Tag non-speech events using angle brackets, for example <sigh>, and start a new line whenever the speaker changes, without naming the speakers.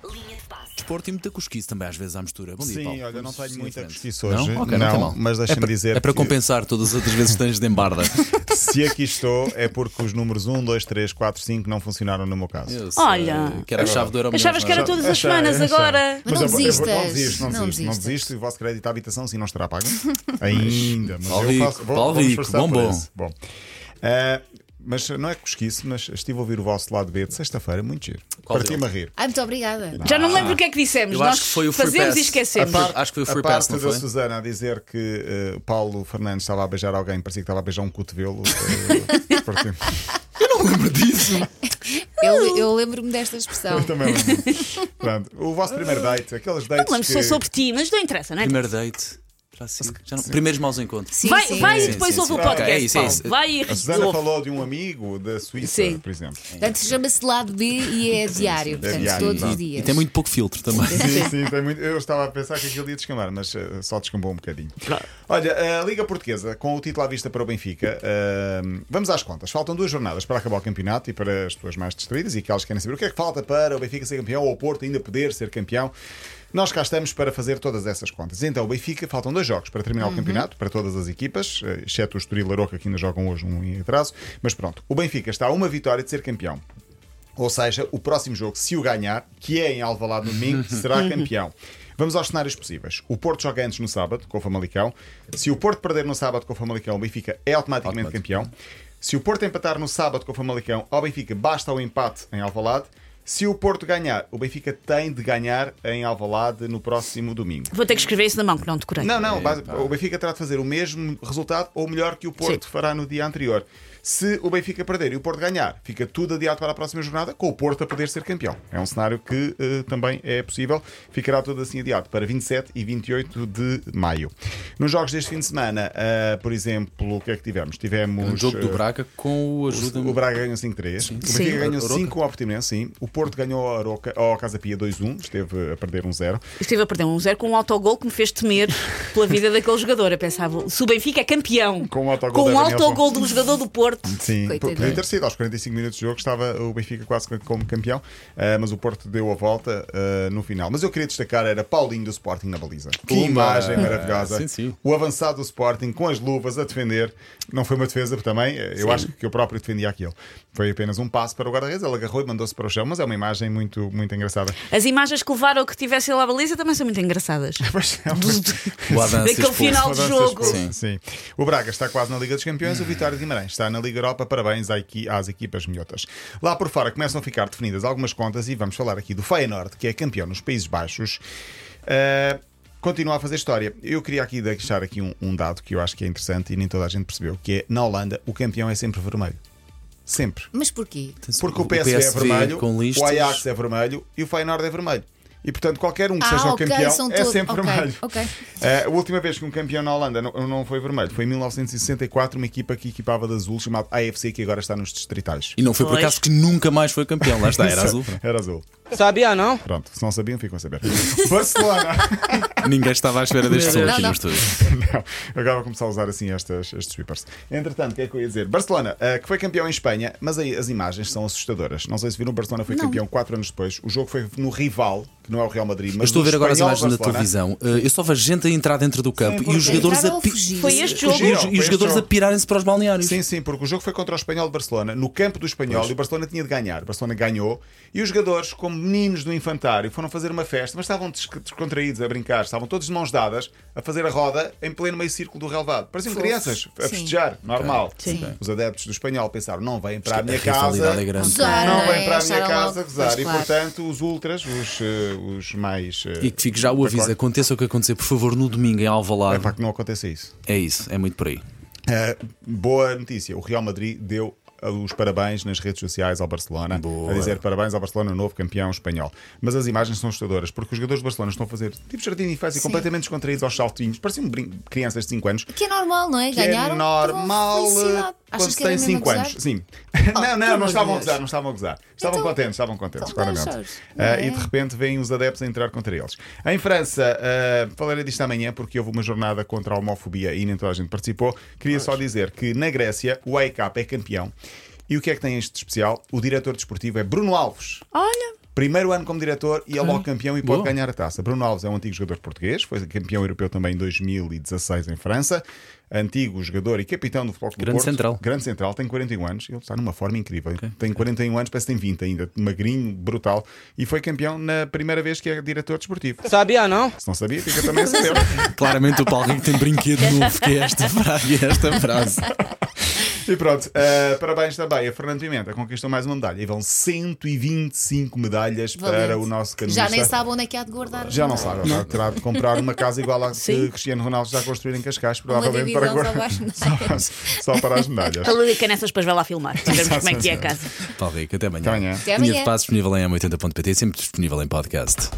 se passa.
Desporto e muita cosquice também, às vezes, à mistura. Bom dia,
Sim,
Paulo.
olha, não
Vamos
tenho
seguir
muita
em frente.
justiça hoje.
Não? Ok, não tem mal. É
mas deixa-me
para,
dizer.
é para
que
compensar todas as outras vezes que tens de
<laughs>
embarda.
Se aqui estou, é porque os números 1, 2, 3, 4, 5 não funcionaram no meu caso.
Eu sei
Olha.
Que era a chave do é? Euro
Achavas que
<laughs>
era
Milhões,
todas as
Achei,
semanas
achei.
agora?
Mas é
não
eu vou- eu vou-
desistas,
Não desisto, não
não
desisto. Não
desistas.
desisto e o vosso crédito à habitação, se não estará pago.
<laughs>
Ainda. Mas
Paulo
eu
Rico,
faço. Vou,
Paulo
vou
Rico,
esforçar
bom,
por
bom.
esse. Bom. Ah, mas não é cosquice, mas estive a ouvir o vosso lado B de sexta-feira, muito giro.
Qual
Parti-me a rir.
Ai, muito obrigada.
Já não me
Ah.
lembro o que é que dissemos.
Eu
Nós
acho que foi o free
fazemos
pass.
e esquecemos.
A parte- Acho que foi o free
a parte
pass, não
da
foi?
Susana a dizer que eh, Paulo Fernandes estava a beijar alguém, parecia que estava a beijar um
<laughs>
cotovelo. eh, partiu.
Eu não lembro disso.
<laughs>
Eu, eu lembro-me desta expressão.
Eu também lembro.
<laughs>
Pronto, o vosso primeiro date, aqueles dates.
Não lembro
que...
se foi sobre ti, mas não interessa, não é?
Primeiro date. Já assim, já não- Primeiros maus encontros.
Sim,
vai
sim.
vai
Sim,
e depois
sim,
ouve
sim.
o podcast.
Ok, é isso, é
Paulo.
isso.
Vai e
A Susana
ouve.
falou de um amigo da Suíça,
Sim.
por exemplo.
Portanto, chama-se lado B e é diário. Portanto,
diário,
todos
exato.
os
E
dias.
tem muito pouco filtro
<laughs>
também.
Sim, sim, tem muito. Eu estava a pensar que aquilo ia descambar, mas eh, só descambou um bocadinho. Olha, a Liga Portuguesa, com o título à vista para o Benfica, eh, vamos às contas. Faltam duas jornadas para acabar o campeonato e para as pessoas mais distraídas e aquelas que querem saber o que é que falta para o Benfica ser campeão ou o Porto ainda poder ser campeão. Nós cá estamos para fazer todas essas contas. Então, o Benfica, faltam dois jogos para terminar o campeonato, para todas as equipas, eh, exceto o Estoril e Aroca, que ainda jogam hoje um em atraso. Mas pronto, o Benfica está a uma vitória de ser campeão. Ou seja, o próximo jogo, se o ganhar, que é em Alvalade no domingo, será campeão. Vamos aos cenários possíveis. O Porto joga antes no sábado, com o Famalicão. Se o Porto perder no sábado com o Famalicão, o Benfica é automaticamente
Automático.
campeão. Se o Porto empatar no sábado com o Famalicão, ao Benfica basta o empate em Alvalade. Se o Porto ganhar, o Benfica tem de ganhar em Alvalade no próximo domingo.
Vou ter que escrever isso na mão, que não decorei.
Não, não, base- o Benfica terá de fazer o mesmo resultado ou melhor que o Porto fará no dia anterior. Se o Benfica perder e o Porto ganhar, fica tudo adiado para a próxima jornada, com o Porto a poder ser campeão. É um cenário que eh, também é possível. Ficará tudo assim adiado para 27 e 28 de maio. Nos jogos deste fim de semana, ah, por exemplo, o que é que tivemos? Tivemos.
Um jogo do
eh,
Braga com o ajuda
o Braga ganhou 5-3. O
Sim.
Benfica ganhou
Aroca.
5 ao Portimonense, sim. O Porto ganhou ao, Aroca, ao Casa Pia 2-1, esteve a perder 1-0.
Estive a perder um zero com um autogol que me
<laughs>
fez temer pela vida daquele jogador. Eu pensava, se o Benfica é campeão
Com um autogol
com
da
um
Daniel
autogol do jogador do Porto.
Sim,
Coitadinho.
podia ter sido. Aos 45 minutos de jogo estava o Benfica quase como campeão, eh, mas o Porto deu a volta eh, no final. Mas eu queria destacar era Paulinho do Sporting na baliza. Que
Pumba!
imagem maravilhosa.
Sim, sim.
O avançado do Sporting com as luvas a defender. Não foi uma defesa porque também, eh, eu acho que eu próprio defendia aquilo. Foi apenas um passo para o guarda-redes, ele agarrou e mandou-se para o chão, mas é uma imagem muito, muito engraçada.
As imagens que levaram que tivessem lá a baliza também são
<laughs>
muito engraçadas.
Mas é uma-
O Adam
Daquele
Cispo.
final de
Mudanças
jogo.
por- Sim. O Braga está quase na Liga dos Campeões, o Vitória de Guimarães está na Liga Europa. Parabéns à equi- às equipas minhotas. Lá por fora começam a ficar definidas algumas contas e vamos falar aqui do Feyenoord, que é campeão nos Países Baixos. Ah, Continua a fazer história. Eu queria aqui deixar aqui um, um dado que eu acho que é interessante e nem toda a gente percebeu, que é na Holanda o campeão é sempre vermelho. Sempre.
Mas porquê?
Porque o PSV, é vermelho,
com listas.
o Ajax é vermelho e o Feyenoord é vermelho. E portanto, qualquer um que
Ah,
seja
ok,
o campeão
são
é
todos-
sempre
ok,
vermelho.
ok.
<laughs> Eh, a última vez que um campeão na Holanda não, não foi vermelho foi em 1964, uma equipa que equipava de azul chamada AFC, que agora está nos distritais.
E não foi por
Pois.
acaso que nunca mais foi campeão. Lá está, era azul.
Era azul.
Sabia não?
Pronto, se não sabiam, ficam a saber. <laughs> Barcelona.
Ninguém estava à espera deste som
Não,
aqui
não.
no estúdio.
<laughs> Não, agora vou começar a usar assim estas, estes sweepers. Entretanto, o que é que eu ia dizer? Barcelona, eh, que foi campeão em Espanha, mas aí as imagens são assustadoras. Não sei se viram, o Barcelona foi campeão 4 anos depois. O jogo foi no rival, que não é o Real Madrid, mas
Eu estou a
no
ver agora as
espanhol
imagens da
Barcelona.
televisão. Uh, eu só vejo gente a entrar dentro do campo e os
porque
jogadores
entraram
a
ou
pi-
fugiram?
Foi este
os- e
jogo.
os-
Fugiram,
e os
foi
jogadores
este
a
jogo.
pirarem-se para os balneários.
Sim, sim, porque o jogo foi contra o Espanhol de Barcelona, no campo do Espanhol, e o Barcelona tinha de ganhar. O Barcelona ganhou, e os jogadores, como meninos do infantário, foram fazer uma festa, mas estavam des- descontraídos a brincar, estavam todos de mãos dadas a fazer a roda em pleno meio círculo do relevado. Pareciam
Fofo.
crianças a
Sim.
festejar, normal.
Sim.
Ok. Os adeptos do Espanhol pensaram: não vêm para a minha
a rivalidade
casa.
é grande.
Usar,
Não
é?
vêm para a minha
Acharam
casa
logo,
gozar.
pois
E
claro.
portanto, os ultras, os, eh, os mais. eh,
E que fique já o aviso, aconteça o que acontecer, por favor, no domingo em
É
Alvalade.
para que não aconteça isso.
É isso, é muito por aí.
Uh, boa notícia. O Real Madrid deu uh, os parabéns nas redes sociais ao Barcelona
Boa.
a dizer parabéns ao Barcelona, novo campeão espanhol. Mas as imagens são assustadoras porque os jogadores do Barcelona estão a fazer tipo jardim de infância completamente descontraídos aos saltinhos, pareciam brin- crianças de 5 anos.
Que é normal, não é?
que
Ganharam.
é
com
normal
felicidade.
uh,
Achas
quando
que
tem
era mesmo
5
gozar?
anos. Sim. <laughs>
Oh,
não,
pelo
não, não
amor de
estavam a
Deus.
gozar, não estavam a gozar. Estavam
Então-
contentes, estavam contentes,
então
claramente.
deixa-os,
Uh,
não é?
E de repente vêm os adeptos a entrar contra eles. Em França, uh, falarei disto amanhã porque houve uma jornada contra a homofobia e nem toda a gente participou. Queria só dizer que na Grécia o AEK é campeão. E o que é que tem este especial? O diretor desportivo é Bruno Alves.
Olha,
Primeiro ano como diretor e é logo campeão e pode
Boa.
ganhar a taça. Bruno Alves é um antigo jogador português, foi campeão europeu também em 2016 em França. Antigo jogador e capitão do Futebol Clube
Grande
Porto.
central.
Grande Central, tem 41 anos, ele está numa forma incrível. Tem 41 anos, parece que tem 20 ainda, magrinho, brutal. E foi campeão na primeira vez que é diretor desportivo.
Sabia não?
Se não sabia, fica também a
<laughs>
saber.
Claramente o Paulo Rico tem brinquedo novo, que é esta frase. Esta frase.
E pronto, eh, parabéns também a Fernando Pimenta, conquistou mais uma medalha. E vão 125 medalhas para
Valente.
o nosso canonista.
Já nem sabe onde é que há de guardar.
Já não sabe, agora terá de comprar uma casa igual à que
Sim.
Cristiano Ronaldo está a construir em Cascais,
Uma
provavelmente para
divisão só é?
agora.
baixo.
<laughs> Só, só para as medalhas.
A Lídia Canessas depois vai lá filmar, para vermos como é que é a casa.
Paulo Rico, até amanhã.
Até amanhã.
Até
Linha
amanhã.
de passos disponível em m80.pt, sempre disponível em podcast.